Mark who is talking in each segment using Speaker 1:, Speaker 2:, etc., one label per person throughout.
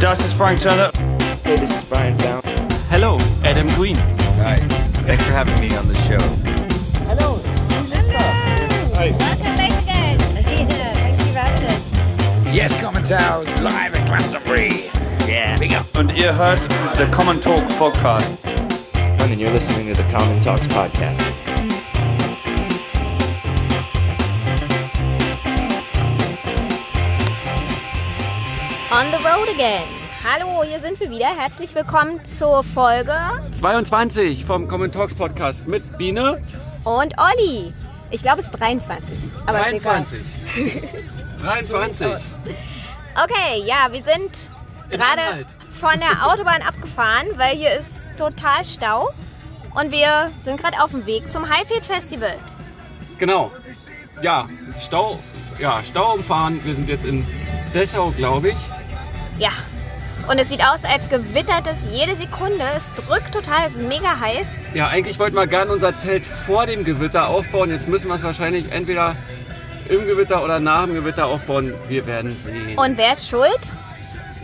Speaker 1: Das ist Frank Turner.
Speaker 2: Hey, this is Brian Down.
Speaker 3: Hello, Adam Green.
Speaker 4: Hi. Thanks for having me on the show.
Speaker 2: Hello,
Speaker 5: Hi. Welcome back again. Yeah, thank you very much.
Speaker 4: Yes, Common Towers live at Glastonbury. Yeah, big up.
Speaker 1: Und ihr hört The Common Talk Podcast.
Speaker 2: and you're listening to the Common Talks podcast.
Speaker 6: On the road again. Hallo, hier sind wir wieder. Herzlich willkommen zur Folge
Speaker 3: 22 vom Common Talks Podcast mit Biene.
Speaker 6: und Olli. Ich glaube, es ist 23. Aber ist egal.
Speaker 3: 23. 23.
Speaker 6: Okay, ja, wir sind
Speaker 3: In
Speaker 6: gerade
Speaker 3: Anhalt.
Speaker 6: von der Autobahn abgefahren, weil hier ist total Stau. Und wir sind gerade auf dem Weg zum Highfield Festival.
Speaker 3: Genau. Ja, Stau. Ja, Stau umfahren. Wir sind jetzt in Dessau, glaube ich.
Speaker 6: Ja. Und es sieht aus, als gewittert es jede Sekunde. Es drückt total, es ist mega heiß.
Speaker 3: Ja, eigentlich wollten wir gerne unser Zelt vor dem Gewitter aufbauen. Jetzt müssen wir es wahrscheinlich entweder im Gewitter oder nach dem Gewitter aufbauen. Wir werden sehen.
Speaker 6: Und wer ist schuld?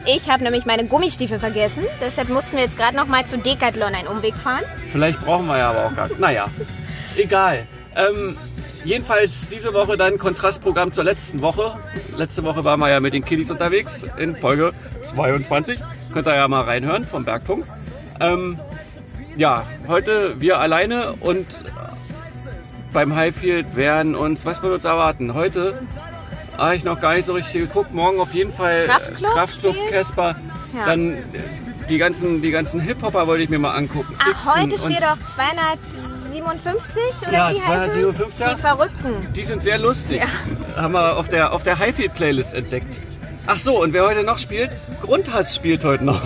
Speaker 6: Ich habe nämlich meine Gummistiefel vergessen. Deshalb mussten wir jetzt gerade nochmal zu Decathlon einen Umweg fahren.
Speaker 3: Vielleicht brauchen wir ja aber auch gar Naja, egal. Ähm, jedenfalls diese Woche dann Kontrastprogramm zur letzten Woche. Letzte Woche waren wir ja mit den Kiddies unterwegs in Folge 22. Könnt ihr ja mal reinhören vom Bergpunkt. Ähm, ja, heute wir alleine und beim Highfield werden uns, was wird uns erwarten? Heute habe ich noch gar nicht so richtig geguckt. Morgen auf jeden Fall äh,
Speaker 6: Kraftklub
Speaker 3: Kraftclub
Speaker 6: spielt?
Speaker 3: Casper.
Speaker 6: Ja.
Speaker 3: Dann äh, die ganzen, die ganzen Hip-Hopper wollte ich mir mal angucken.
Speaker 6: Ach, heute
Speaker 3: Sixten und-
Speaker 6: spielt doch 257 oder
Speaker 3: Ja,
Speaker 6: wie heißen
Speaker 3: 257.
Speaker 6: Die Verrückten.
Speaker 3: Die sind sehr lustig. Haben wir auf der, auf der Highfield-Playlist entdeckt. Ach so, und wer heute noch spielt? Grundhass spielt heute noch.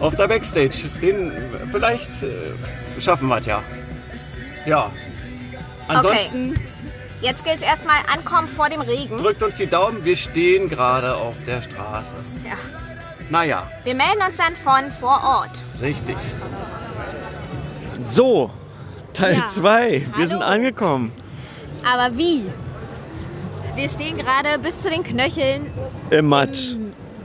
Speaker 3: Auf der Backstage. Den, vielleicht äh, schaffen wir es ja. Ja. Ansonsten
Speaker 6: Jetzt gilt es erstmal ankommen vor dem Regen.
Speaker 3: drückt uns die Daumen. Wir stehen gerade auf der Straße.
Speaker 6: Ja.
Speaker 3: Naja,
Speaker 6: Wir melden uns dann von vor Ort.
Speaker 3: richtig.
Speaker 7: So, Teil
Speaker 6: Ja.
Speaker 7: 2.
Speaker 6: Hallo.
Speaker 7: Wir sind angekommen
Speaker 6: Aber wie? Wir stehen gerade bis zu den Knöcheln
Speaker 7: im Matsch.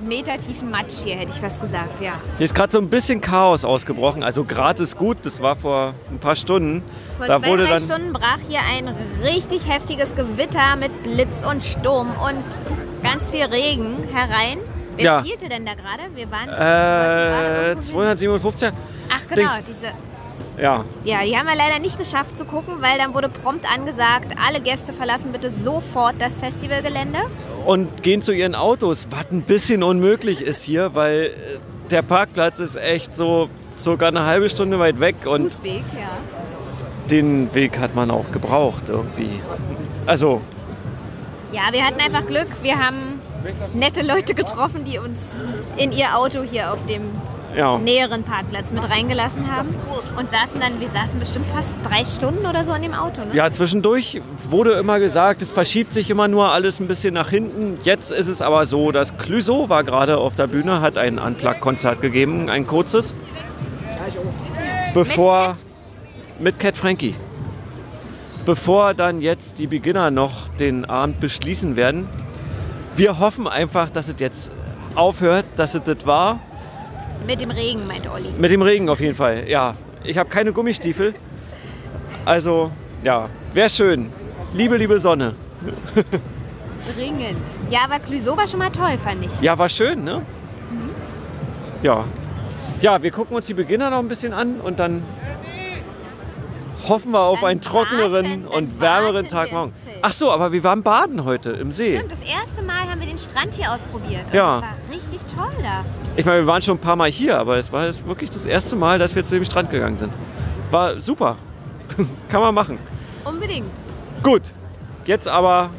Speaker 6: metertiefen Matsch hier, hätte ich was gesagt, ja.
Speaker 7: Hier ist gerade so ein bisschen Chaos ausgebrochen. Also gerade ist gut, das war vor ein paar Stunden.
Speaker 6: Vor
Speaker 7: da
Speaker 6: zwei,
Speaker 7: wurde
Speaker 6: drei
Speaker 7: dann
Speaker 6: Stunden brach hier ein richtig heftiges Gewitter mit Blitz und Sturm und ganz viel Regen herein. Wer
Speaker 7: Ja.
Speaker 6: spielte denn da gerade? Wir waren
Speaker 7: äh,
Speaker 6: wir waren gerade irgendwo hin.
Speaker 7: 257.
Speaker 6: Ach genau,
Speaker 7: Dings.
Speaker 6: diese.
Speaker 7: Ja,
Speaker 6: Ja, die haben wir leider nicht geschafft zu gucken, weil dann wurde prompt angesagt, alle Gäste verlassen bitte sofort das Festivalgelände.
Speaker 7: und gehen zu ihren Autos, was ein bisschen unmöglich ist hier, weil äh, der Parkplatz ist echt so sogar eine halbe Stunde weit weg und
Speaker 6: Fußweg, ja.
Speaker 7: den Weg hat man auch gebraucht irgendwie. Also,
Speaker 6: Ja, wir hatten einfach Glück. Wir haben nette Leute getroffen, die uns in ihr Auto hier auf dem
Speaker 7: ja.
Speaker 6: näheren Parkplatz mit reingelassen haben und saßen dann, wir saßen bestimmt fast drei Stunden oder so an dem Auto. Ne?
Speaker 7: Ja, zwischendurch wurde immer gesagt, es verschiebt sich immer nur alles ein bisschen nach hinten. Jetzt ist es aber so, dass Clüso war gerade auf der Bühne, hat ein Unplugged-Konzert gegeben, ein kurzes. Bevor. Mit Cat Frankie. Bevor dann jetzt die Beginner noch den Abend beschließen werden. Wir hoffen einfach, dass es jetzt aufhört, dass es das war.
Speaker 6: Mit dem Regen, meint Olli.
Speaker 7: Mit dem Regen auf jeden Fall, ja. Ich habe keine Gummistiefel. Also, ja, wäre schön. Liebe, liebe Sonne.
Speaker 6: Dringend. Ja, aber Clüso war schon mal toll, fand ich.
Speaker 7: Ja, war schön, ne? Ja. Ja, wir gucken uns die Beginner noch ein bisschen an und dann hoffen wir auf
Speaker 6: Dann
Speaker 7: einen trockeneren
Speaker 6: warten, dann
Speaker 7: und wärmeren
Speaker 6: warten
Speaker 7: Tag
Speaker 6: wir
Speaker 7: morgen.
Speaker 6: ins Zelt.
Speaker 7: Ach so, aber wir waren baden heute im See.
Speaker 6: Stimmt, das erste Mal haben wir den Strand hier ausprobiert. Und
Speaker 7: Ja.
Speaker 6: Das war richtig toll da.
Speaker 7: Ich meine, wir waren schon ein paar Mal hier, aber es war jetzt wirklich das erste Mal, dass wir zu dem Strand gegangen sind. War super. Kann man machen.
Speaker 6: Unbedingt.
Speaker 7: Gut, jetzt aber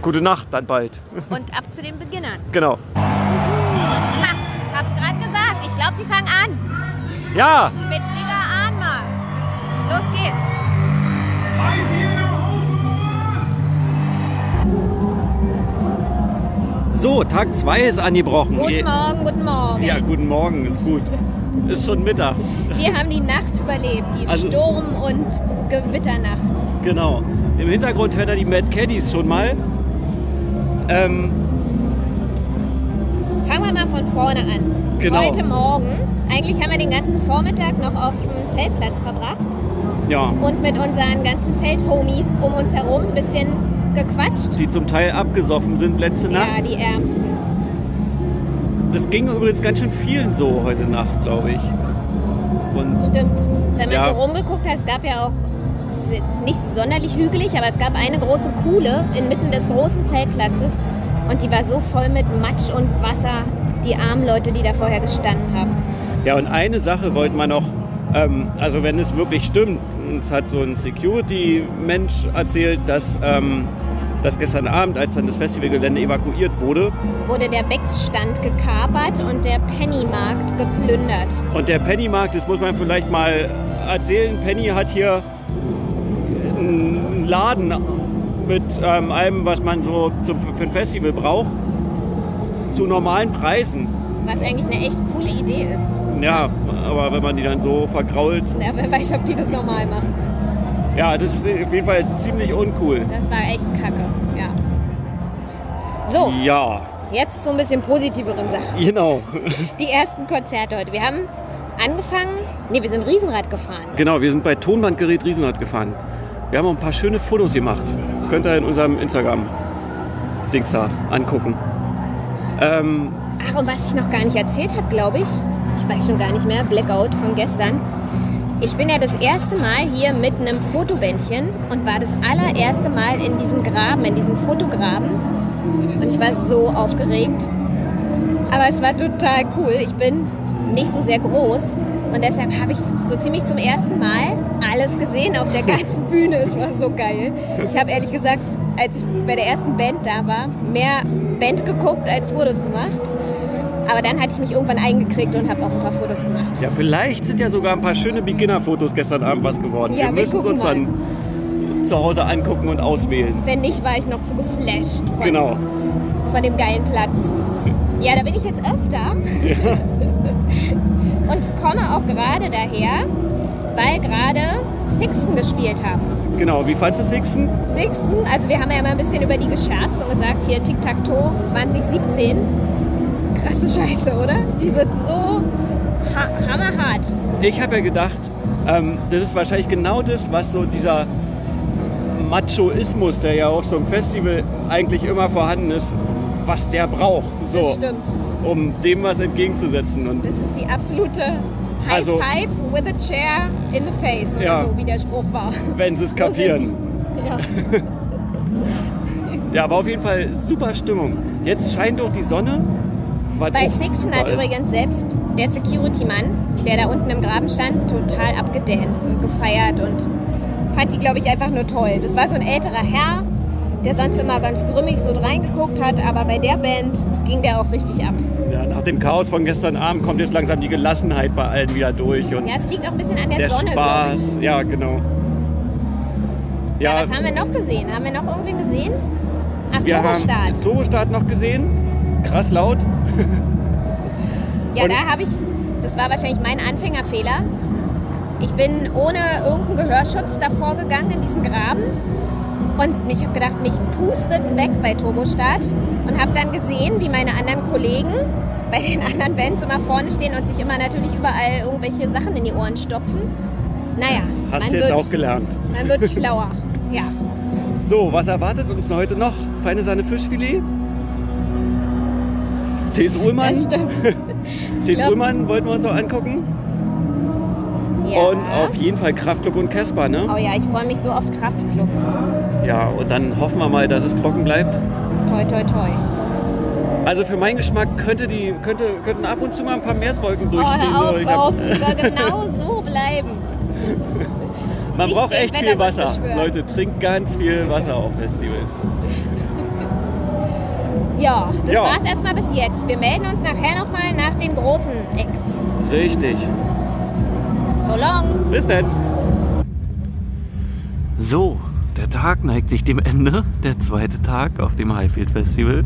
Speaker 7: gute Nacht dann bald.
Speaker 6: Und ab zu den Beginnern.
Speaker 7: Genau.
Speaker 6: Ha, hab's gerade gesagt. Ich glaube, sie fangen an.
Speaker 7: Ja,
Speaker 6: Mit Digger Ahnma. Los geht's.
Speaker 7: so, Tag 2 ist angebrochen.
Speaker 6: Guten
Speaker 7: Ihr-
Speaker 6: Morgen, guten Morgen.
Speaker 7: Ja, guten Morgen, ist gut. Ist schon mittags.
Speaker 6: Wir haben die Nacht überlebt, die
Speaker 7: Also-
Speaker 6: Sturm- und Gewitternacht.
Speaker 7: Genau. Im Hintergrund hört er die Mad Caddies schon mal. Ähm,
Speaker 6: Fangen wir mal von vorne an.
Speaker 3: Genau.
Speaker 6: Heute Morgen, eigentlich haben wir den ganzen Vormittag noch auf dem Zeltplatz verbracht
Speaker 7: Ja.
Speaker 6: und mit unseren ganzen Zelthomies um uns herum ein bisschen gequatscht.
Speaker 7: Die zum Teil abgesoffen sind letzte
Speaker 6: Ja,
Speaker 7: Nacht.
Speaker 6: die Ärmsten.
Speaker 7: Das ging übrigens ganz schön vielen so heute Nacht, glaube ich. Und
Speaker 6: Stimmt. Wenn man
Speaker 7: Ja.
Speaker 6: so rumgeguckt hat, es gab ja auch, es ist jetzt nicht sonderlich hügelig, aber es gab eine große Kuhle inmitten des großen Zeltplatzes und die war so voll mit Matsch und Wasser, die armen Leute, die da vorher gestanden haben.
Speaker 7: Ja, und eine Sache wollte man noch, ähm, also wenn es wirklich stimmt, uns hat so ein Security-Mensch erzählt, dass, ähm, dass gestern Abend, als dann das Festivalgelände evakuiert wurde,
Speaker 6: Wurde der Becksstand gekapert und der Pennymarkt geplündert.
Speaker 7: und der Pennymarkt, das muss man vielleicht mal erzählen, Penny hat hier einen Laden mit ähm, allem, was man so zum, für ein Festival braucht, zu normalen Preisen.
Speaker 6: Was eigentlich eine echt coole Idee ist.
Speaker 7: Ja, aber wenn man die dann so vergrault,
Speaker 6: Ja, wer weiß, ob die das normal machen.
Speaker 7: ja, das ist auf jeden Fall ziemlich uncool.
Speaker 6: Das war echt kacke. Ja. So,
Speaker 7: Ja,
Speaker 6: jetzt zu ein bisschen positiveren Sachen.
Speaker 7: genau.
Speaker 6: Die ersten Konzerte heute. Wir haben angefangen, nee, wir sind Riesenrad gefahren.
Speaker 7: Genau, wir sind bei Tonbandgerät Riesenrad gefahren. Wir haben auch ein paar schöne Fotos gemacht. Könnt ihr in unserem Instagram-Dings da angucken. Ähm,
Speaker 6: Ach, und was ich noch gar nicht erzählt habe, glaube ich, ich weiß schon gar nicht mehr, Blackout von gestern. Ich bin ja das erste Mal hier mit einem Fotobändchen und war das allererste Mal in diesem Graben, in diesem Fotograben. Und ich war so aufgeregt. Aber es war total cool. Ich bin nicht so sehr groß und deshalb habe ich so ziemlich zum ersten Mal alles gesehen auf der ganzen Bühne. Es war so geil. Ich habe ehrlich gesagt, als ich bei der ersten Band da war, mehr Band geguckt als Fotos gemacht. Aber dann hatte ich mich irgendwann eingekriegt und habe auch ein paar Fotos gemacht.
Speaker 7: ja, vielleicht sind ja sogar ein paar schöne Beginner-Fotos gestern Abend was geworden.
Speaker 6: Ja, wir
Speaker 7: wir müssen
Speaker 6: gucken
Speaker 7: uns dann zu Hause angucken und auswählen.
Speaker 6: Wenn nicht, war ich noch zu geflasht von,
Speaker 7: Genau.
Speaker 6: von dem geilen Platz. Ja, da bin ich jetzt öfter. und komme auch gerade daher, weil gerade Sixten gespielt haben.
Speaker 7: Genau, wie fandst du Sixten?
Speaker 6: Sixten, also wir haben ja mal ein bisschen über die gescherzt und gesagt, hier Tic-Tac-Toe 2017. Krasse Scheiße, oder? Die sind so ha hammerhart.
Speaker 7: Ich habe ja gedacht, ähm, das ist wahrscheinlich genau das, was so dieser Machoismus, der ja auf so einem Festival eigentlich immer vorhanden ist, was der braucht. So.
Speaker 6: Das stimmt.
Speaker 7: um dem was entgegenzusetzen. Und
Speaker 6: Das ist die absolute High
Speaker 7: Also-
Speaker 6: Five with a chair in the face oder
Speaker 7: Ja.
Speaker 6: so, wie der Spruch war.
Speaker 7: wenn sie es
Speaker 6: So sind
Speaker 7: kapieren.
Speaker 6: die. Ja.
Speaker 7: Ja, aber auf jeden Fall super Stimmung. Jetzt scheint doch die Sonne. was
Speaker 6: Bei
Speaker 7: auch
Speaker 6: Sixten
Speaker 7: super
Speaker 6: hat
Speaker 7: ist.
Speaker 6: übrigens selbst der Security-Mann, der da unten im Graben stand, total abgedanced und gefeiert und fand die, glaube ich, einfach nur toll. Das war so ein älterer Herr, der sonst immer ganz grimmig so reingeguckt hat, aber bei der Band ging der auch richtig ab.
Speaker 7: Ja, nach dem Chaos von gestern Abend kommt jetzt langsam die Gelassenheit bei allen wieder durch. Und
Speaker 6: Ja, es liegt auch ein bisschen an der,
Speaker 7: der
Speaker 6: Sonne, glaube ich.
Speaker 7: Spaß. Ja, genau.
Speaker 6: Ja,
Speaker 7: Ja,
Speaker 6: was haben wir noch gesehen? Haben wir noch irgendwen gesehen? Ach,
Speaker 7: wir haben
Speaker 6: Turbostart.
Speaker 7: den Turbostart noch gesehen. Krass laut.
Speaker 6: Ja,
Speaker 7: Und-
Speaker 6: da habe ich, das war wahrscheinlich mein Anfängerfehler. Ich bin ohne irgendeinen Gehörschutz davor gegangen in diesen Graben und ich habe gedacht, mich pustet's weg bei Turbostart und habe dann gesehen, wie meine anderen Kollegen bei den anderen Bands immer vorne stehen und sich immer natürlich überall irgendwelche Sachen in die Ohren stopfen. Naja,
Speaker 7: Hast
Speaker 6: man,
Speaker 7: du jetzt
Speaker 6: wird,
Speaker 7: auch gelernt.
Speaker 6: man wird schlauer. Ja,
Speaker 7: So, was erwartet uns heute noch? Feine Sahne Fischfilet. T.S. Ullmann.
Speaker 6: das stimmt.
Speaker 7: T.S.
Speaker 6: glaub-
Speaker 7: Ullmann wollten wir uns auch angucken.
Speaker 6: Ja.
Speaker 7: Und auf jeden Fall Kraftclub und Casper, ne?
Speaker 6: oh ja, ich freue mich so auf Kraftclub.
Speaker 7: Ja, und dann hoffen wir mal, dass es trocken bleibt.
Speaker 6: Toi, toi, toi.
Speaker 7: Also für meinen Geschmack könnte die, könnte, könnten ab und zu mal ein paar Meereswolken
Speaker 6: Oh,
Speaker 7: durchziehen.
Speaker 6: hör
Speaker 7: so. Ich
Speaker 6: auf,
Speaker 7: glaub,
Speaker 6: hör auf. Das soll genau so bleiben.
Speaker 7: Man
Speaker 6: nicht
Speaker 7: braucht
Speaker 6: dem
Speaker 7: echt viel
Speaker 6: Wettergott
Speaker 7: Wasser.
Speaker 6: beschwören.
Speaker 7: Leute, trinkt ganz viel Wasser auf Festivals.
Speaker 6: Ja, das
Speaker 7: Ja.
Speaker 6: war's erstmal bis jetzt. Wir melden uns nachher nochmal nach den großen Acts.
Speaker 7: Richtig.
Speaker 6: So long.
Speaker 7: Bis dann. So, der Tag neigt sich dem Ende. Der zweite Tag auf dem Highfield Festival.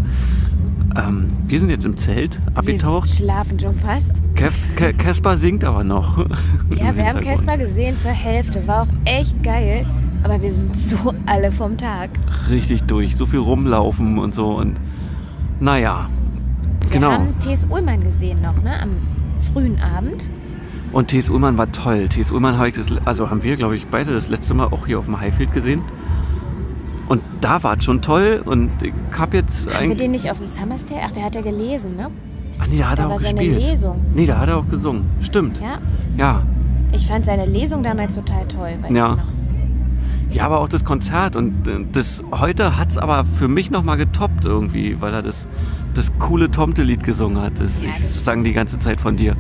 Speaker 7: Ähm, wir sind jetzt im Zelt abgetaucht.
Speaker 5: Schlafen schon fast.
Speaker 7: Kef- Ke- Caspar singt aber noch.
Speaker 5: Ja,
Speaker 7: Im
Speaker 5: wir haben
Speaker 7: Hintergrund.
Speaker 5: Casper gesehen zur Hälfte. War auch echt geil. Aber wir sind so alle vom Tag.
Speaker 7: richtig durch, so viel rumlaufen und so und naja, Genau.
Speaker 6: Wir haben T.S. Ullmann gesehen noch, ne? Am frühen Abend.
Speaker 7: Und T.S. Ullmann war toll. T.S. Ullmann habe ich das, also haben wir, glaube ich, beide das letzte Mal auch hier auf dem Highfield gesehen. Und da war es schon toll. Und ich habe jetzt
Speaker 6: Haben wir
Speaker 7: eigentlich.
Speaker 6: den nicht auf dem Summers Theater? Ach, der hat ja gelesen, ne?
Speaker 7: Ah, nee, da hat
Speaker 6: da
Speaker 7: er auch
Speaker 6: war seine
Speaker 7: gespielt.
Speaker 6: Lesung.
Speaker 7: Nee, da hat er auch gesungen. Stimmt.
Speaker 6: Ja.
Speaker 7: Ja.
Speaker 6: Ich fand seine Lesung damals total toll. Weiß
Speaker 7: Ja.
Speaker 6: Ich noch.
Speaker 7: Ja, aber auch das Konzert und äh, das heute hat's aber für mich nochmal getoppt irgendwie, weil er das, das coole Tomte-Lied gesungen hat. Das,
Speaker 6: Ja,
Speaker 7: ich
Speaker 6: das-
Speaker 7: sang die ganze Zeit von dir.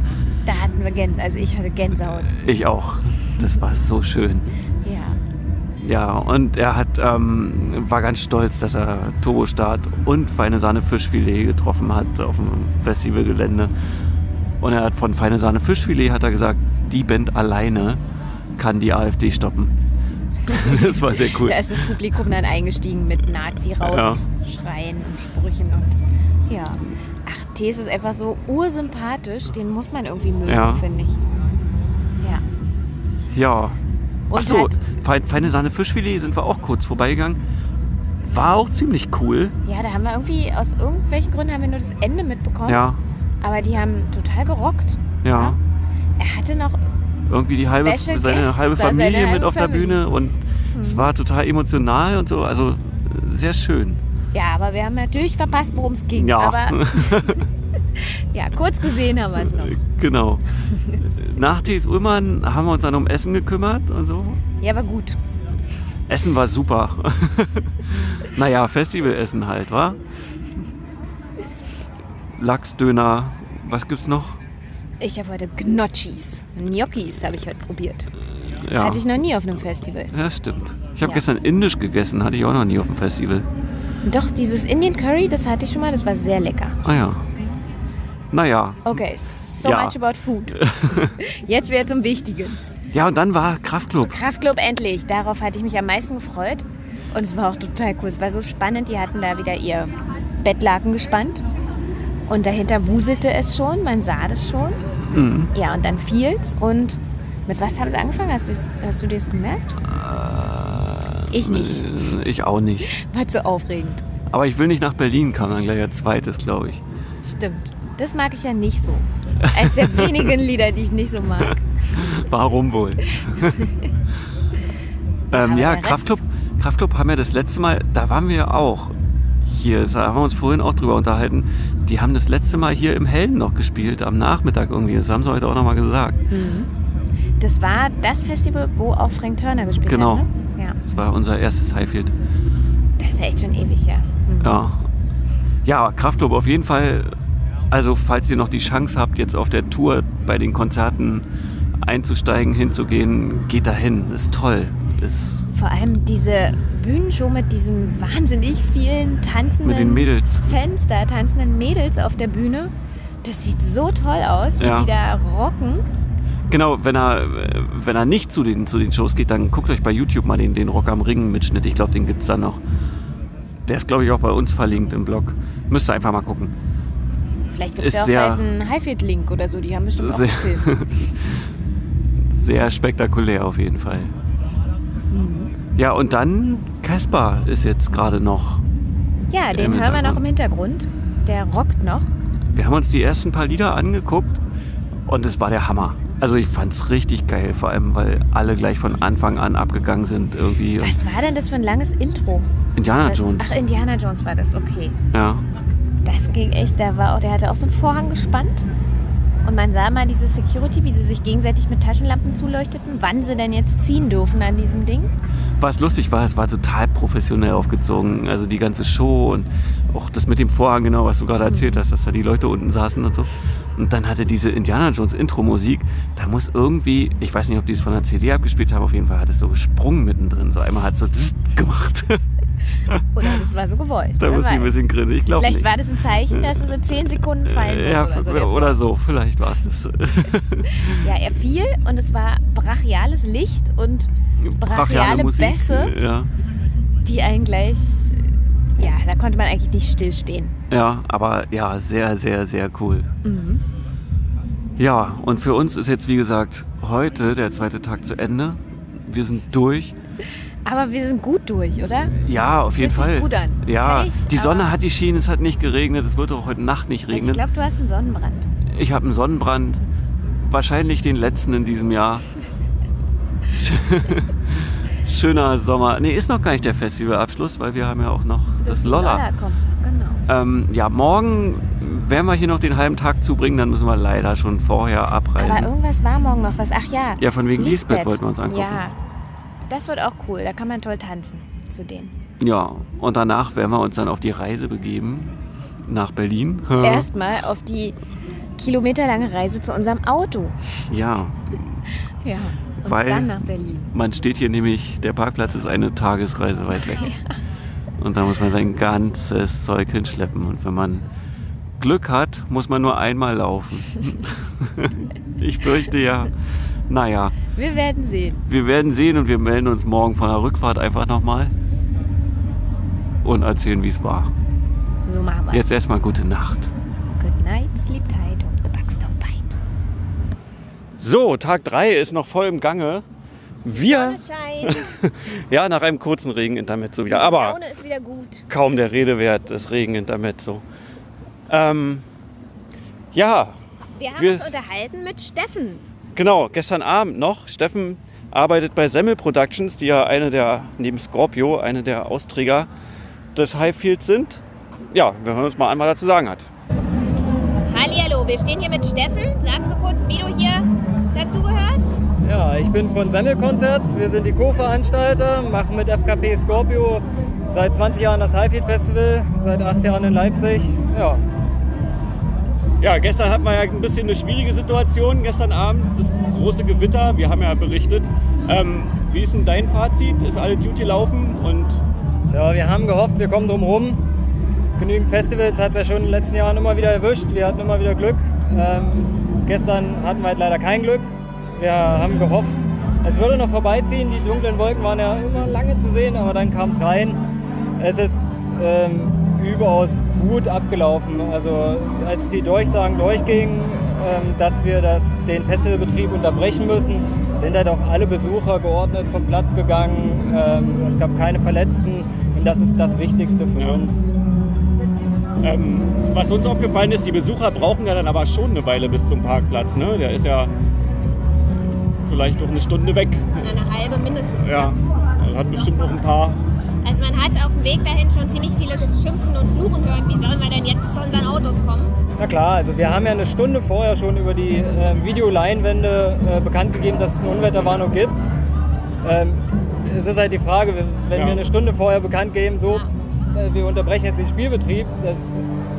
Speaker 6: Da hatten wir Gänsehaut. Also ich hatte Gänsehaut.
Speaker 7: Ich auch. Das war so schön.
Speaker 6: Ja.
Speaker 7: Ja, und er hat, ähm, war ganz stolz, dass er Turbostart und Feine Sahne Fischfilet getroffen hat auf dem Festivalgelände. Und er hat von Feine Sahne Fischfilet hat er gesagt, die Band alleine kann die AfD stoppen. Das war sehr cool.
Speaker 6: Da ist das Publikum dann eingestiegen mit Nazi rausschreien und Sprüchen und ja. Ach, Tees ist einfach so ursympathisch, den muss man irgendwie mögen,
Speaker 7: Ja.
Speaker 6: finde ich. Ja.
Speaker 7: Ja.
Speaker 6: Und
Speaker 7: Achso,
Speaker 6: halt,
Speaker 7: Fein, Feine Sahne Fischfilet sind wir auch kurz vorbeigegangen. War auch ziemlich cool.
Speaker 6: ja, da haben wir irgendwie, aus irgendwelchen Gründen haben wir nur das Ende mitbekommen.
Speaker 7: Ja,
Speaker 6: Aber die haben total gerockt.
Speaker 7: ja.
Speaker 6: Er hatte noch,
Speaker 7: Irgendwie die halbe,
Speaker 6: Special
Speaker 7: seine
Speaker 6: Guests
Speaker 7: halbe
Speaker 6: da, seine
Speaker 7: Familie mit
Speaker 6: halbe Hm.
Speaker 7: auf der
Speaker 6: Family.
Speaker 7: Bühne und es war total emotional und so. Also äh, sehr schön.
Speaker 6: ja, aber wir haben natürlich verpasst, worum es ging.
Speaker 7: Ja.
Speaker 6: Aber ja, kurz gesehen haben wir es noch.
Speaker 7: Genau. Nach T.S. Ullmann haben wir uns dann um Essen gekümmert und so.
Speaker 6: Ja, aber gut.
Speaker 7: Essen war super. naja, Festivalessen halt, wa? Lachsdöner, was gibt's noch?
Speaker 6: Ich habe heute Gnocchis. Gnocchis habe ich heute probiert.
Speaker 7: Ja,
Speaker 6: Hatte ich noch nie auf einem Festival.
Speaker 7: ja stimmt. Ich habe
Speaker 6: Ja.
Speaker 7: gestern indisch gegessen, hatte ich auch noch nie auf dem Festival.
Speaker 6: Doch, dieses Indian Curry, das hatte ich schon mal, das war sehr lecker.
Speaker 7: Ah ja. Naja.
Speaker 6: Okay, so
Speaker 7: Ja.
Speaker 6: much about food. Jetzt wäre zum Wichtigen.
Speaker 7: Ja, und dann war Kraftclub.
Speaker 6: Kraftclub endlich, darauf hatte ich mich am meisten gefreut. Und es war auch total cool, es war so spannend, die hatten da wieder ihr Bettlaken gespannt. Und dahinter wuselte es schon, man sah das schon.
Speaker 7: Mhm.
Speaker 6: Ja, und dann fiel's und mit was haben sie angefangen? Hast du hast du dir das gemerkt? ich nicht.
Speaker 7: Äh, Ich auch nicht.
Speaker 6: War zu aufregend.
Speaker 7: Aber ich will nicht nach Berlin, kam dann gleich als zweites, glaube ich.
Speaker 6: Stimmt. Das mag ich ja nicht so. Eines der wenigen Lieder, die ich nicht so mag.
Speaker 7: Warum wohl? ähm,
Speaker 6: Aber
Speaker 7: ja,
Speaker 6: der Rest-
Speaker 7: Kraftclub, Kraftclub haben wir das letzte Mal, da waren wir auch hier, da haben wir uns vorhin auch drüber unterhalten. Die haben das letzte Mal hier im Hellen noch gespielt, am Nachmittag irgendwie. Das haben sie heute auch nochmal gesagt.
Speaker 6: Das war das Festival, wo auch Frank Turner gespielt
Speaker 7: Genau.
Speaker 6: hat. Genau. Ja,
Speaker 7: Das war unser erstes Highfield.
Speaker 6: Mhm. das ist ja echt schon ewig her. Hm.
Speaker 7: Ja. Ja, Kraftclub auf jeden Fall. Also, falls ihr noch die Chance habt, jetzt auf der Tour bei den Konzerten einzusteigen, hinzugehen, geht da hin. Ist toll. Ist
Speaker 6: Vor allem diese Bühnenshow mit diesen wahnsinnig vielen tanzenden
Speaker 7: mit den Mädels.
Speaker 6: Fans da, tanzenden Mädels auf der Bühne. Das sieht so toll aus, wie
Speaker 7: Ja.
Speaker 6: die da rocken.
Speaker 7: Genau, wenn er, äh, wenn er nicht zu den, zu den Shows geht, dann guckt euch bei YouTube mal den, den Rock am Ring-Mitschnitt. Ich glaube, den gibt es da noch. Der ist, glaube ich, auch bei uns verlinkt im Blog. Müsst ihr einfach mal gucken.
Speaker 6: Vielleicht gibt
Speaker 7: Ist
Speaker 6: es ja auch
Speaker 7: sehr-
Speaker 6: bald einen Highfield-Link oder so. Die haben bestimmt auch
Speaker 7: Sehr-
Speaker 6: einen Film.
Speaker 7: Sehr spektakulär auf jeden Fall. Ja, und dann Caspar ist jetzt gerade noch.
Speaker 6: Ja,
Speaker 7: Im
Speaker 6: den hören wir noch
Speaker 7: Hintergrund.
Speaker 6: im Hintergrund. Der rockt noch.
Speaker 7: Wir haben uns die ersten paar Lieder angeguckt und es war der Hammer. Also ich fand's richtig geil, vor allem weil alle gleich von Anfang an abgegangen sind irgendwie.
Speaker 6: Was war denn das für ein langes Intro?
Speaker 7: Indiana
Speaker 6: Das-
Speaker 7: Ah, Jones.
Speaker 6: Ach, Indiana Jones war das, okay.
Speaker 7: Ja.
Speaker 6: Das ging echt, da war auch, der hatte auch so einen Vorhang gespannt. Und man sah mal diese Security, wie sie sich gegenseitig mit Taschenlampen zuleuchteten, wann sie denn jetzt ziehen dürfen an diesem Ding.
Speaker 7: Was lustig war, es war total professionell aufgezogen. Also die ganze Show und auch das mit dem Vorhang, genau, was du gerade
Speaker 6: Mhm.
Speaker 7: erzählt hast, dass da die Leute unten saßen und so. Und dann hatte diese Indiana Jones Intro-Musik, da muss irgendwie, ich weiß nicht, ob die es von der CD abgespielt haben, auf jeden Fall hat es so gesprungen mittendrin. So einmal hat es so zzzt gemacht.
Speaker 6: Oder das war so gewollt.
Speaker 7: da
Speaker 6: wer
Speaker 7: muss ich ein
Speaker 6: weiß.
Speaker 7: bisschen grinsen. Ich glaube
Speaker 6: Vielleicht
Speaker 7: nicht. Äh,
Speaker 6: war das ein Zeichen, dass es in 10 Sekunden fallen muss
Speaker 7: ja,
Speaker 6: oder so. der
Speaker 7: oder so, vielleicht war es das.
Speaker 6: Vorhang. Ja, er fiel und es war brachiales Licht und brachiale, Bässe,
Speaker 7: Ja.
Speaker 6: die einen gleich... Ja, da konnte man eigentlich nicht stillstehen.
Speaker 7: ja, aber ja, sehr, sehr, sehr cool.
Speaker 6: Mhm.
Speaker 7: Ja, und für uns ist jetzt, wie gesagt, heute der zweite Tag zu Ende. Wir sind durch.
Speaker 6: Aber wir sind gut durch, oder?
Speaker 7: Ja, auf jeden
Speaker 6: Fühlt sich
Speaker 7: Fall.
Speaker 6: gut an.
Speaker 7: Ja,
Speaker 6: Fertig,
Speaker 7: die Sonne
Speaker 6: aber-
Speaker 7: hat geschienen, es hat nicht geregnet, es wird auch heute Nacht nicht
Speaker 6: Also Ich
Speaker 7: regnen.
Speaker 6: glaube, du hast einen Sonnenbrand.
Speaker 7: Ich habe einen Sonnenbrand. Wahrscheinlich den letzten in diesem Jahr. Schöner Sommer. Nee, ist noch gar nicht der Festivalabschluss, weil wir haben ja auch noch das, Lolla.
Speaker 6: kommt noch, genau.
Speaker 7: Ähm, ja, morgen werden wir hier noch den halben Tag zubringen, dann müssen wir leider schon vorher
Speaker 6: Aber
Speaker 7: abreisen.
Speaker 6: irgendwas war morgen noch was. Ach ja.
Speaker 7: Ja, von wegen Lisbeth wollten wir uns angucken.
Speaker 6: Ja. Das wird auch cool. Da kann man toll tanzen zu denen.
Speaker 7: Ja, und danach werden wir uns dann auf die Reise begeben nach Berlin.
Speaker 6: Erstmal auf die kilometerlange Reise zu unserem Auto.
Speaker 7: Ja,
Speaker 6: Ja. Und
Speaker 7: Weil-
Speaker 6: dann nach Berlin.
Speaker 7: man steht hier nämlich, der Parkplatz ist eine Tagesreise weit weg. Und da muss man sein ganzes Zeug hinschleppen. Und wenn man Glück hat, muss man nur einmal laufen. ich fürchte ja. Naja,
Speaker 6: Wir werden sehen.
Speaker 7: wir werden sehen und wir melden uns morgen von der Rückfahrt einfach nochmal und erzählen, wie es war.
Speaker 6: So machen wir.
Speaker 7: Jetzt erstmal gute Nacht.
Speaker 6: Good night, sleep tight, hope the bugs don't bite.
Speaker 7: So, Tag 3 ist noch voll im Gange. Wir,
Speaker 6: Sonne scheint,
Speaker 7: ja, nach einem kurzen Regenintermezzo wieder. Aber
Speaker 6: Laune ist wieder gut.
Speaker 7: kaum der Rede wert, das Regenintermezzo. Ähm, ja,
Speaker 6: Wir haben
Speaker 7: Wir-
Speaker 6: uns unterhalten mit Steffen.
Speaker 7: genau, gestern Abend noch. Steffen arbeitet bei Semmel Productions, die ja eine der, neben Scorpio, eine der Austräger des Highfields sind. Ja, wir hören uns mal an, was er zu sagen hat.
Speaker 6: Hallihallo, wir stehen hier mit Steffen. Sagst du kurz, wie du hier dazugehörst?
Speaker 8: Ja, ich bin von Semmel Concerts. Wir sind die Co-Veranstalter, machen mit FKP Scorpio seit 20 Jahren das Highfield Festival, seit 8 Jahren in Leipzig. Ja,
Speaker 7: Ja, gestern hatten wir ja ein bisschen eine schwierige Situation. Gestern Abend das große Gewitter, wir haben ja berichtet. Ähm, wie ist denn dein Fazit? Ist alle Duty laufen? Und
Speaker 8: ja wir haben gehofft, wir kommen drum rum. Genügend Festivals hat es ja schon in den letzten Jahren immer wieder erwischt. Wir hatten immer wieder Glück. Ähm, gestern hatten wir halt leider kein Glück. Wir haben gehofft, es würde noch vorbeiziehen. Die dunklen Wolken waren ja immer lange zu sehen, aber dann kam es rein. Es ist ähm, überaus gut abgelaufen. Also als die Durchsagen durchgingen, ähm, dass wir das, den Festivalbetrieb unterbrechen müssen, sind halt auch alle Besucher geordnet vom Platz gegangen. Ähm, es gab keine Verletzten und das ist das Wichtigste für uns.
Speaker 9: Ähm, was uns aufgefallen ist, die Besucher brauchen ja dann aber schon eine Weile bis zum Parkplatz. Ne? Der ist ja vielleicht noch eine Stunde weg.
Speaker 6: Eine halbe mindestens.
Speaker 9: Ja. Hat bestimmt noch ein paar.
Speaker 6: Also man hat auf dem Weg dahin schon ziemlich viele Schimpfen und Fluchen hören. Wie sollen wir denn jetzt zu unseren Autos kommen?
Speaker 8: Na klar, also wir haben ja eine Stunde vorher schon über die ähm, Videoleinwände äh, bekannt gegeben, dass es eine Unwetterwarnung gibt. Ähm, es ist halt die Frage, wenn
Speaker 9: Ja.
Speaker 8: wir eine Stunde vorher bekannt geben, so, äh, wir unterbrechen jetzt den Spielbetrieb, das,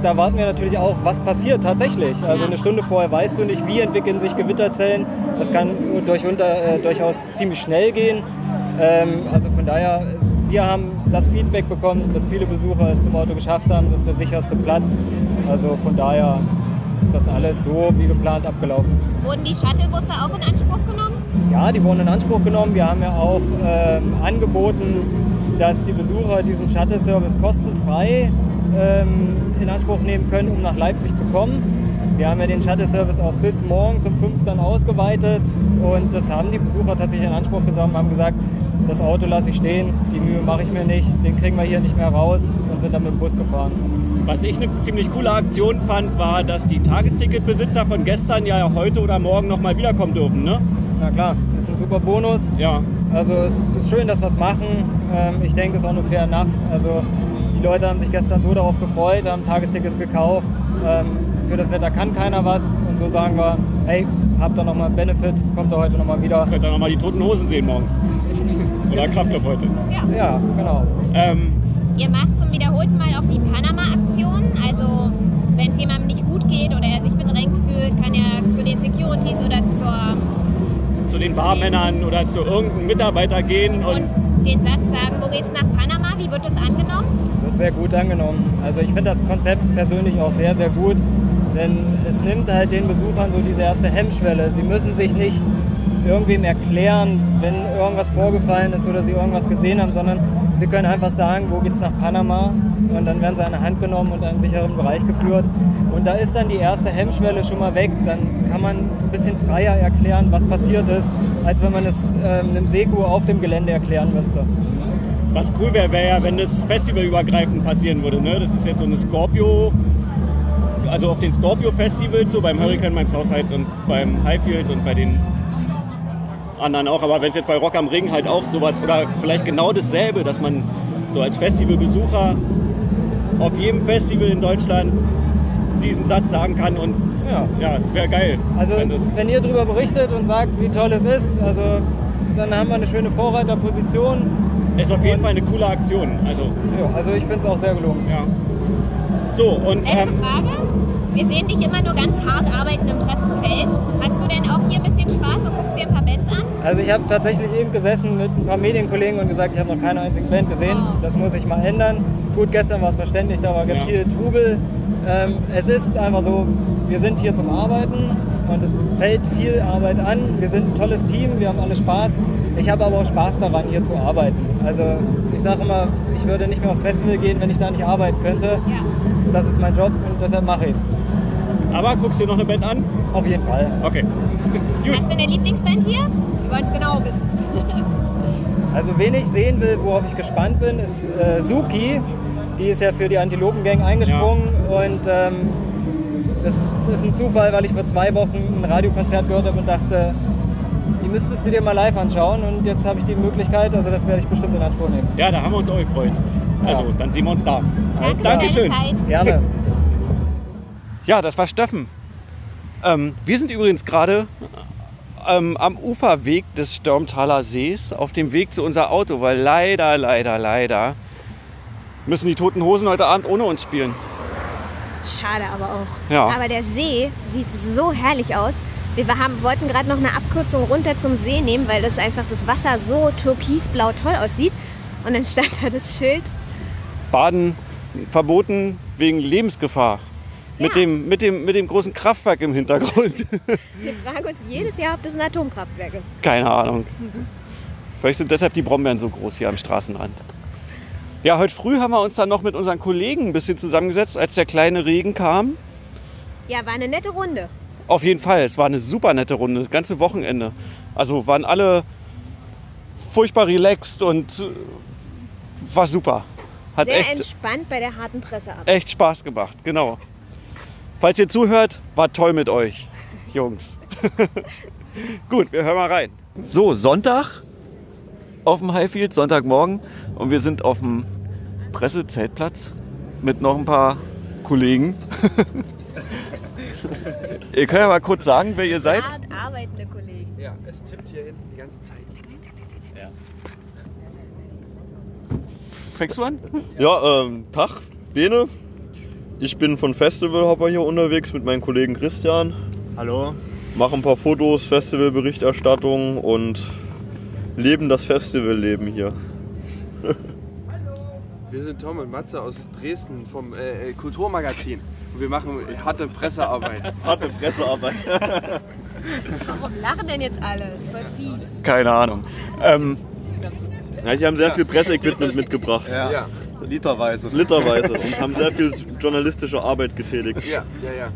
Speaker 8: da warten wir natürlich auch, was passiert tatsächlich. Also eine Stunde vorher weißt du nicht, wie entwickeln sich Gewitterzellen. Das kann durch unter, äh, durchaus ziemlich schnell gehen. Ähm, also von daher, es- wir haben das Feedback bekommen, dass viele Besucher es zum Auto geschafft haben. Das ist der sicherste Platz. Also von daher ist das alles so wie geplant abgelaufen.
Speaker 6: Wurden die Shuttlebusse auch in Anspruch genommen?
Speaker 8: Ja, die wurden in Anspruch genommen. Wir haben ja auch ähm, angeboten, dass die Besucher diesen Shuttle-Service kostenfrei ähm, in Anspruch nehmen können, um nach Leipzig zu kommen. Wir haben ja den Shuttle-Service auch bis morgens um 5 dann ausgeweitet und das haben die Besucher tatsächlich in Anspruch genommen, haben gesagt, das Auto lasse ich stehen, die Mühe mache ich mir nicht, den kriegen wir hier nicht mehr raus und sind dann mit dem Bus gefahren.
Speaker 9: Was ich eine ziemlich coole Aktion fand, war, dass die Tagesticketbesitzer von gestern ja heute oder morgen nochmal wiederkommen dürfen. Ne?
Speaker 8: Na klar, das ist ein super Bonus.
Speaker 9: Ja.
Speaker 8: Also es ist schön, dass wir es machen. Ähm, ich denke, es ist auch nur fair enough. Also die Leute haben sich gestern so darauf gefreut, haben Tagestickets gekauft. Ähm, für das Wetter kann keiner was. Und so sagen wir, hey, habt ihr nochmal einen Benefit, kommt ihr heute nochmal wieder.
Speaker 9: Könnt ihr nochmal die toten Hosen sehen morgen. Oder Kraftstoff heute.
Speaker 8: Ja, genau.
Speaker 9: Ähm,
Speaker 6: Ihr macht zum wiederholten Mal auch die Panama-Aktion. Also wenn es jemandem nicht gut geht oder er sich bedrängt fühlt, kann er zu den Securities oder zur
Speaker 9: zu den Fahrmännern oder zu irgendeinem Mitarbeiter gehen und
Speaker 6: und den Satz sagen, wo geht's nach Panama? Wie wird das angenommen?
Speaker 8: Es wird sehr gut angenommen. Also ich finde das Konzept persönlich auch sehr, sehr gut, denn es nimmt halt den Besuchern so diese erste Hemmschwelle. Sie müssen sich nicht irgendwem erklären, wenn irgendwas vorgefallen ist oder sie irgendwas gesehen haben, sondern Sie können einfach sagen, wo geht's nach Panama und dann werden sie an der Hand genommen und in einen sicheren Bereich geführt. Und da ist dann die erste Hemmschwelle schon mal weg. Dann kann man ein bisschen freier erklären, was passiert ist, als wenn man es ähm, einem Seku auf dem Gelände erklären müsste.
Speaker 10: Was cool wäre, wäre ja, wenn das festivalübergreifend passieren würde. Ne? Das ist jetzt so eine Scorpio, also auf den Scorpio-Festivals, so beim Hurricane, beim Southside und beim Highfield und bei den anderen auch. Aber wenn es jetzt bei Rock am Ring halt auch sowas oder vielleicht genau dasselbe, dass man so als Festivalbesucher auf jedem Festival in Deutschland diesen Satz sagen kann und
Speaker 8: Ja.
Speaker 10: ja, es wäre geil.
Speaker 8: Also
Speaker 10: wenn das-
Speaker 8: wenn ihr darüber berichtet und sagt, wie toll es ist, also dann haben wir eine schöne Vorreiterposition.
Speaker 10: ist auf jeden Fall eine coole Aktion. Also,
Speaker 8: Ja, also ich finde es auch sehr gelungen.
Speaker 10: ja. So, und
Speaker 6: Letzte
Speaker 10: ähm,
Speaker 6: Frage. Wir sehen dich immer nur ganz hart arbeiten im Pressezelt. Hast du denn auch hier ein bisschen Spaß und guckst dir ein paar Bands an?
Speaker 8: Also ich habe tatsächlich eben gesessen mit ein paar Medienkollegen und gesagt, ich habe noch keine einzige Band gesehen. Das muss ich mal ändern. Gut, gestern war es verständlich, da war ganz
Speaker 10: Ja.
Speaker 8: viel Trubel. Ähm, es ist einfach so, wir sind hier zum Arbeiten und es fällt viel Arbeit an. Wir sind ein tolles Team, wir haben alle Spaß. Ich habe aber auch Spaß daran, hier zu arbeiten. Also ich sage immer, ich würde nicht mehr aufs Festival gehen, wenn ich da nicht arbeiten könnte. Das ist mein Job und deshalb mache ich es.
Speaker 10: aber guckst du dir noch eine Band an?
Speaker 8: Auf jeden Fall.
Speaker 10: Okay.
Speaker 6: Hast du eine Lieblingsband hier? Wir wollen es genau wissen.
Speaker 8: Also wen ich sehen will, worauf ich gespannt bin, ist äh, Suki. Die ist ja für die Antilopen-Gang eingesprungen und ähm, das ist ein Zufall, weil ich vor zwei Wochen ein Radiokonzert gehört habe und dachte, die müsstest du dir mal live anschauen und jetzt habe ich die Möglichkeit, also das werde ich bestimmt in Anspruch nehmen.
Speaker 10: Ja, da haben wir uns auch gefreut. Also,
Speaker 8: Ja.
Speaker 10: dann sehen wir uns da.
Speaker 6: Danke für
Speaker 10: Dankeschön.
Speaker 6: deine Zeit.
Speaker 8: Gerne.
Speaker 11: Ja, das war Steffen.
Speaker 7: Ähm, wir sind übrigens gerade ähm, am Uferweg des Stürmtaler Sees auf dem Weg zu unser Auto, weil leider, leider, leider müssen die Toten Hosen heute Abend ohne uns spielen.
Speaker 6: Schade aber auch.
Speaker 7: Ja.
Speaker 6: Aber der See sieht so herrlich aus. Wir haben, wollten gerade noch eine Abkürzung runter zum See nehmen, weil das einfach das Wasser so türkisblau toll aussieht. Und dann stand da das Schild.
Speaker 7: Baden verboten wegen Lebensgefahr. Mit,
Speaker 6: Ja.
Speaker 7: dem, mit, dem, mit dem großen Kraftwerk im Hintergrund.
Speaker 6: Wir fragen uns jedes Jahr, ob das ein Atomkraftwerk ist.
Speaker 7: Keine Ahnung. Vielleicht sind deshalb die Brombeeren so groß hier am Straßenrand. Ja, heute früh haben wir uns dann noch mit unseren Kollegen ein bisschen zusammengesetzt, als der kleine Regen kam.
Speaker 6: Ja, war eine nette Runde.
Speaker 7: Auf jeden Fall, es war eine super nette Runde, das ganze Wochenende. Also waren alle furchtbar relaxed und äh, war super. Hat
Speaker 6: Sehr
Speaker 7: echt,
Speaker 6: entspannt bei der harten Pressearbeit.
Speaker 7: echt Spaß gemacht, genau. Falls ihr zuhört, war toll mit euch, Jungs. Gut, wir hören mal rein.
Speaker 11: So, Sonntag auf dem Highfield, Sonntagmorgen. Und wir sind auf dem Pressezeltplatz mit noch ein paar Kollegen. ihr könnt ja mal kurz sagen, wer ihr seid.
Speaker 6: Hart arbeitende Kollegen.
Speaker 11: Fängst du an?
Speaker 12: Ja, ähm, Tag, Bene. Ich bin von Festivalhopper hier unterwegs mit meinem Kollegen Christian.
Speaker 10: Hallo.
Speaker 12: Mache ein paar Fotos, Festivalberichterstattung und leben das Festivalleben hier.
Speaker 13: Wir sind Tom und Matze aus Dresden vom äh, äh, Kulturmagazin. Und wir machen harte Pressearbeit.
Speaker 12: Harte Pressearbeit.
Speaker 6: Warum lachen denn jetzt alle? Das ist voll fies.
Speaker 7: Keine Ahnung. Ähm,
Speaker 12: Ja, die haben sehr viel Presseequipment mitgebracht.
Speaker 13: Ja. Literweise.
Speaker 12: Literweise und haben sehr viel journalistische Arbeit getätigt.
Speaker 13: Ja, ja,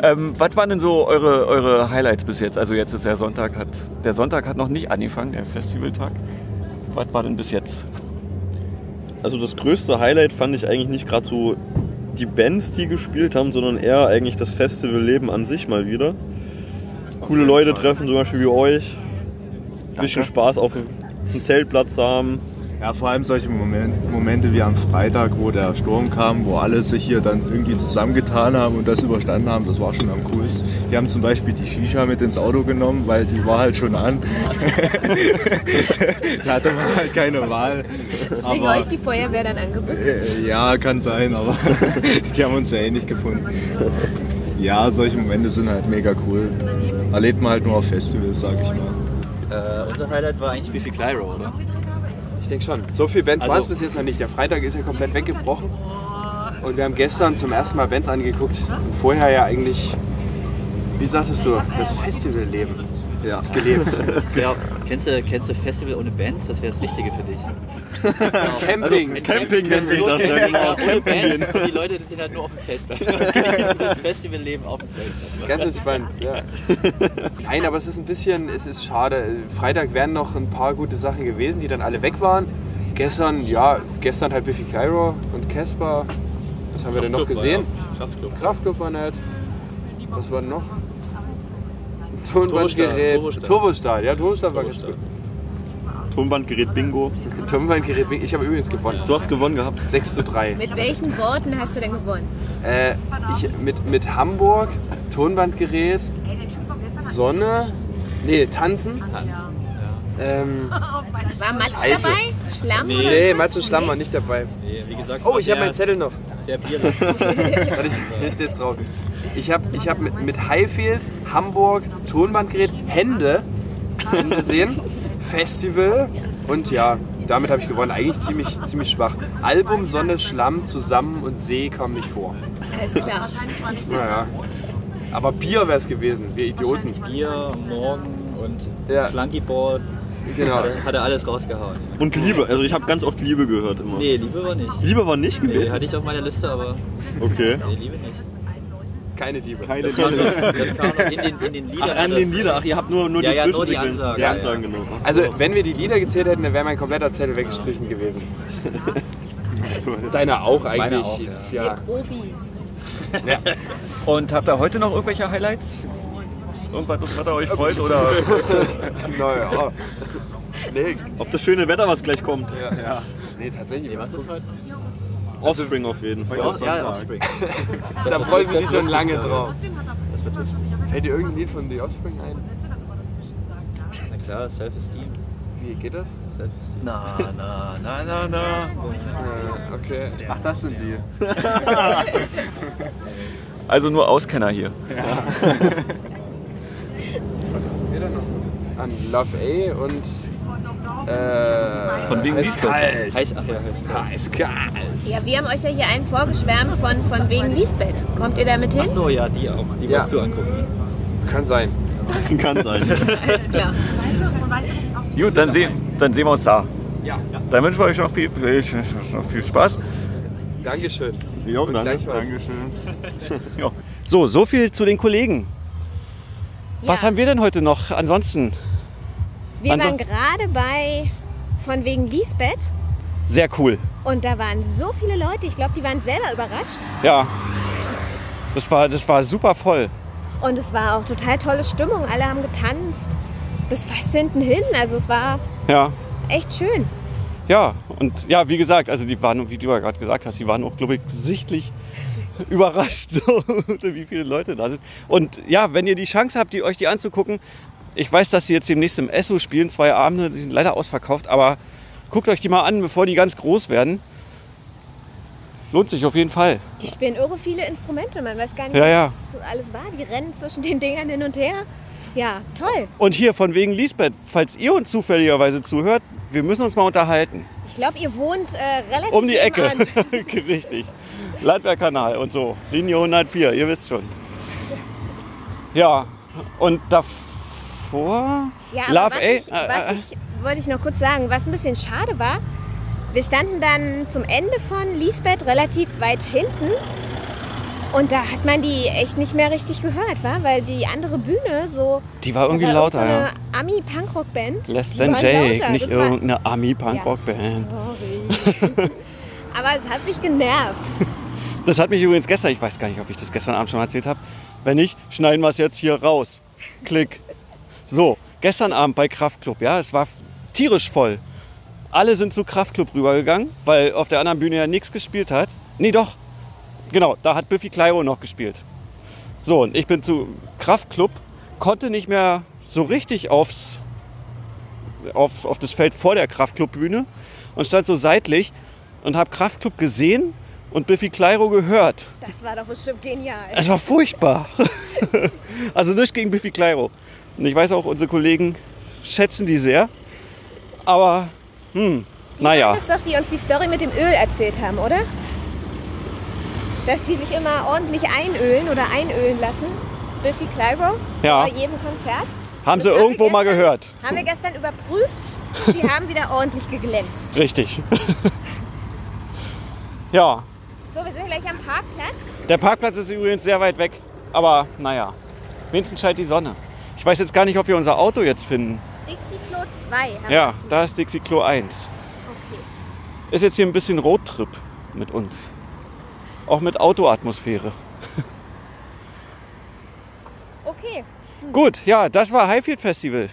Speaker 13: ja.
Speaker 11: Ähm, was waren denn so eure, eure Highlights bis jetzt? Also jetzt ist der Sonntag, hat, der Sonntag hat noch nicht angefangen, der Festivaltag. Was war denn bis jetzt?
Speaker 12: Also das größte Highlight fand ich eigentlich nicht gerade so die Bands, die gespielt haben, sondern eher eigentlich das Festivalleben an sich mal wieder. Coole Leute treffen, zum Beispiel wie euch. Bisschen Spaß auf dem auf dem Zeltplatz haben.
Speaker 13: Ja, vor allem solche Moment, Momente wie am Freitag, wo der Sturm kam, wo alle sich hier dann irgendwie zusammengetan haben und das überstanden haben, das war schon am coolsten. Wir haben zum Beispiel die Shisha mit ins Auto genommen, weil die war halt schon an. da hatte man halt keine Wahl.
Speaker 6: Deswegen euch die Feuerwehr dann angerückt.
Speaker 13: Äh, Ja, kann sein, aber die haben uns ja eh nicht gefunden. Ja, solche Momente sind halt mega cool. Erlebt man halt nur auf Festivals, sag ich mal.
Speaker 7: unser Highlight war eigentlich Biffy Clyro, oder?
Speaker 13: Ich denke schon. So viel Bands
Speaker 7: Also-
Speaker 13: waren es bis jetzt noch nicht. Der Freitag ist ja komplett weggebrochen. Und wir haben gestern zum ersten Mal Bands angeguckt. Und vorher ja eigentlich, wie sagtest du, das Festivalleben.
Speaker 14: Ja, gelebt.
Speaker 15: ja. Kennst, du, kennst du Festival ohne Bands? Das wäre das Richtige für dich.
Speaker 3: Camping.
Speaker 15: Also,
Speaker 3: Camping nennt sich das, ja,
Speaker 15: Camping,
Speaker 3: genau.
Speaker 15: Ohne
Speaker 3: Camping
Speaker 15: Bands,
Speaker 3: gehen.
Speaker 15: die Leute sind halt nur auf dem Zeltplatz. Das Festivalleben auf dem Zeltplatz.
Speaker 13: Ganz entspannt, ja. Nein, aber es ist ein bisschen, es ist schade. Freitag wären noch ein paar gute Sachen gewesen, die dann alle weg waren. Gestern, ja, gestern halt Biffy Clyro und Casper. Was haben wir denn noch
Speaker 3: Kraftclub war
Speaker 13: gesehen?
Speaker 3: ja. Kraftclub.
Speaker 13: Kraftclub war nett. Was war denn noch?
Speaker 12: Turbostar,
Speaker 13: Tonbandgerät.
Speaker 12: Turbostar.
Speaker 13: Turbostar, ja, Turbostar war ganz gut.
Speaker 12: Tonbandgerät Bingo.
Speaker 13: Tonbandgerät Bingo. Ich habe übrigens gewonnen.
Speaker 12: Du hast gewonnen gehabt.
Speaker 13: 6 zu 3.
Speaker 6: Mit welchen Worten hast du denn gewonnen?
Speaker 13: Äh, ich, mit, mit Hamburg, Tonbandgerät, Sonne, nee, Tanzen. Ähm,
Speaker 6: War Matsch
Speaker 13: Scheiße.
Speaker 6: dabei? Schlamm? oder
Speaker 13: nee,
Speaker 6: was?
Speaker 13: Mats und Schlamm war nicht dabei.
Speaker 15: wie gesagt,
Speaker 13: oh, ich
Speaker 15: sehr-
Speaker 13: habe meinen Zettel noch.
Speaker 15: sehr bierig.
Speaker 13: Warte, ich- hier steht's drauf. Ich habe ich hab mit, mit Highfield, Hamburg, Tonbandgerät, Hände, Hände sehen, Festival und ja, damit habe ich gewonnen. Eigentlich ziemlich, ziemlich schwach. Album, Sonne, Schlamm, Zusammen und See kam nicht vor.
Speaker 6: Alles klar.
Speaker 13: Naja. Aber Bier wäre es gewesen, wir Idioten.
Speaker 15: Bier, Morgen und
Speaker 13: Ja.
Speaker 15: Flunkyball.
Speaker 13: Genau.
Speaker 15: Hat, er- hat er alles rausgehauen.
Speaker 12: Und Liebe. Also ich habe ganz oft Liebe gehört immer.
Speaker 15: Nee, Liebe war nicht.
Speaker 12: Liebe war nicht gewesen?
Speaker 15: Nee, hatte ich auf meiner Liste, aber.
Speaker 12: Okay.
Speaker 15: Nee, Liebe nicht.
Speaker 13: Keine Liebe.
Speaker 12: Keine
Speaker 15: das kam
Speaker 12: Liebe.
Speaker 15: noch- Das kam noch in den, in den Liedern.
Speaker 12: Ach, an den Lieder. Ach, ihr habt nur, nur
Speaker 15: ja,
Speaker 12: die
Speaker 15: ja, nur die
Speaker 12: Zwischensequenzen.
Speaker 15: Ansagen.
Speaker 12: Die
Speaker 15: ja,
Speaker 12: Ansagen,
Speaker 15: ja.
Speaker 12: genau. Ach
Speaker 13: Also,
Speaker 12: so.
Speaker 13: wenn wir die Lieder gezählt hätten, dann wäre mein kompletter Zettel weggestrichen gewesen. Deiner auch eigentlich.
Speaker 15: Meiner auch, ja.
Speaker 13: ja.
Speaker 6: Profis.
Speaker 7: Und habt ihr heute noch irgendwelche Highlights? Irgendwas, was ihr euch freut? Oder?
Speaker 13: naja. Nee.
Speaker 12: Auf das schöne Wetter, was gleich kommt.
Speaker 13: Ja, ja. Nee, tatsächlich. was ist heute?
Speaker 12: Offspring auf jeden Fall.
Speaker 13: Heute ist Ja, Sonntag. Offspring. Da freuen sie sich schon lange drauf. Fällt dir irgendein Lied von The Offspring ein?
Speaker 15: Na klar, Self-Esteem.
Speaker 13: Wie geht das?
Speaker 15: Self-Esteem.
Speaker 13: Na,
Speaker 15: na, na,
Speaker 13: na, na. Äh, Okay. Ach, das sind die.
Speaker 7: Also nur Auskenner hier.
Speaker 13: Ja. Also, Was machen wir denn noch? An Love A und. Äh,
Speaker 7: Von wegen
Speaker 13: Eiskalt.
Speaker 7: Wiesbaden.
Speaker 15: Heiß, ach ja, heiß.
Speaker 13: Eiskalt.
Speaker 6: Ja, wir haben euch ja hier einen vorgeschwärmt von, von wegen Lisbeth. Kommt ihr damit hin?
Speaker 15: Ach so, ja, die auch. Die
Speaker 13: Ja.
Speaker 15: musst du angucken.
Speaker 13: Kann sein.
Speaker 12: Kann sein.
Speaker 6: Alles klar.
Speaker 7: Gut, dann, seh, dann sehen wir uns da.
Speaker 13: Ja.
Speaker 7: Dann wünschen wir euch noch viel, noch viel Spaß.
Speaker 13: Dankeschön.
Speaker 12: Jo,
Speaker 13: und
Speaker 12: danke.
Speaker 13: gleichfalls.
Speaker 7: Ja. So, so viel zu den Kollegen. Was haben wir denn heute noch ansonsten?
Speaker 6: Wir
Speaker 7: Anson-
Speaker 6: waren gerade bei von wegen Lisbeth
Speaker 7: Sehr cool.
Speaker 6: und da waren so viele Leute, ich glaube, die waren selber überrascht.
Speaker 7: Ja. Das war, das war super voll.
Speaker 6: Und es war auch total tolle Stimmung. Alle haben getanzt bis fast hinten hin. Also es war
Speaker 7: Ja.
Speaker 6: echt schön.
Speaker 7: Ja, und ja, wie gesagt, also die waren, wie du ja gerade gesagt hast, die waren auch, glaube ich, sichtlich überrascht, so, wie viele Leute da sind. Und ja, wenn ihr die Chance habt, die, euch die anzugucken, ich weiß, dass sie jetzt demnächst im Esso spielen, zwei Abende, die sind leider ausverkauft, aber guckt euch die mal an, bevor die ganz groß werden. Lohnt sich auf jeden Fall.
Speaker 6: Die spielen irre viele Instrumente. Man weiß gar nicht,
Speaker 7: Ja, ja.
Speaker 6: was alles war. Die rennen zwischen den Dingern hin und her. Ja, toll.
Speaker 7: Und hier von wegen Lisbeth, falls ihr uns zufälligerweise zuhört, wir müssen uns mal unterhalten.
Speaker 6: Ich glaube, ihr wohnt äh, relativ
Speaker 7: Um die Ecke.
Speaker 6: nebenan.
Speaker 7: Richtig. Landwehrkanal und so. Linie 104, ihr wisst schon. Ja, und davor.
Speaker 6: Ja, aber
Speaker 7: Love
Speaker 6: was,
Speaker 7: A.
Speaker 6: ich,
Speaker 7: äh, äh,
Speaker 6: was ich, wollte ich noch kurz sagen, was ein bisschen schade war, wir standen dann zum Ende von Lisbeth relativ weit hinten und da hat man die echt nicht mehr richtig gehört, wa? weil die andere Bühne so...
Speaker 7: Die war irgendwie
Speaker 6: da
Speaker 7: lauter,
Speaker 6: irgend so eine Ami-Punkrock-Band.
Speaker 7: Les
Speaker 6: die
Speaker 7: Than
Speaker 6: waren
Speaker 7: Jake,
Speaker 6: lauter.
Speaker 7: nicht
Speaker 6: Das war-
Speaker 7: irgendeine Ami-Punk-Rock-Band.
Speaker 6: Ja, sorry. aber es hat mich genervt.
Speaker 7: Das hat mich übrigens gestern, ich weiß gar nicht, ob ich das gestern Abend schon erzählt habe. Wenn nicht, schneiden wir es jetzt hier raus. Klick. So, gestern Abend bei Kraftclub, ja, es war tierisch voll. Alle sind zu Kraftclub rübergegangen, weil auf der anderen Bühne ja nichts gespielt hat. Nee, doch. Genau, da hat Biffy Clyro noch gespielt. So, und ich bin zu Kraftclub, konnte nicht mehr so richtig aufs, auf, auf das Feld vor der Kraftclubbühne und stand so seitlich und habe Kraftclub gesehen und Biffy Clyro gehört.
Speaker 6: Das war doch bestimmt genial.
Speaker 7: Es war furchtbar. also nicht gegen Biffy Clyro. Und ich weiß auch, unsere Kollegen schätzen die sehr. Aber, hm, naja.
Speaker 6: Das ist doch, die uns die Story mit dem Öl erzählt haben, oder? Dass die sich immer ordentlich einölen oder einölen lassen. Biffy Clyro
Speaker 7: Ja.
Speaker 6: vor jedem Konzert.
Speaker 7: Haben sie
Speaker 6: Das haben
Speaker 7: irgendwo
Speaker 6: wir
Speaker 7: mal gehört.
Speaker 6: Haben wir gestern überprüft. Die haben wieder ordentlich geglänzt.
Speaker 7: Richtig. ja,
Speaker 6: So, wir sind gleich am Parkplatz.
Speaker 7: der Parkplatz ist übrigens sehr weit weg. Aber naja, wenigstens scheint die Sonne. Ich weiß jetzt gar nicht, ob wir unser Auto jetzt finden.
Speaker 6: Dixie Klo 2. haben
Speaker 7: Ja,
Speaker 6: wir es
Speaker 7: da ist Dixie Klo 1.
Speaker 6: Okay.
Speaker 7: Ist jetzt hier ein bisschen Roadtrip mit uns. Auch mit Autoatmosphäre.
Speaker 6: Okay. Hm.
Speaker 7: Gut, ja, das war Highfield Festival.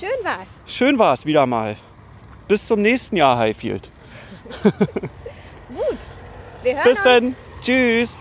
Speaker 6: Schön war's.
Speaker 7: Schön war es wieder mal. Bis zum nächsten Jahr Highfield.
Speaker 6: Gut. Wir hören
Speaker 7: Bis
Speaker 6: uns.
Speaker 7: dann. Tschüss.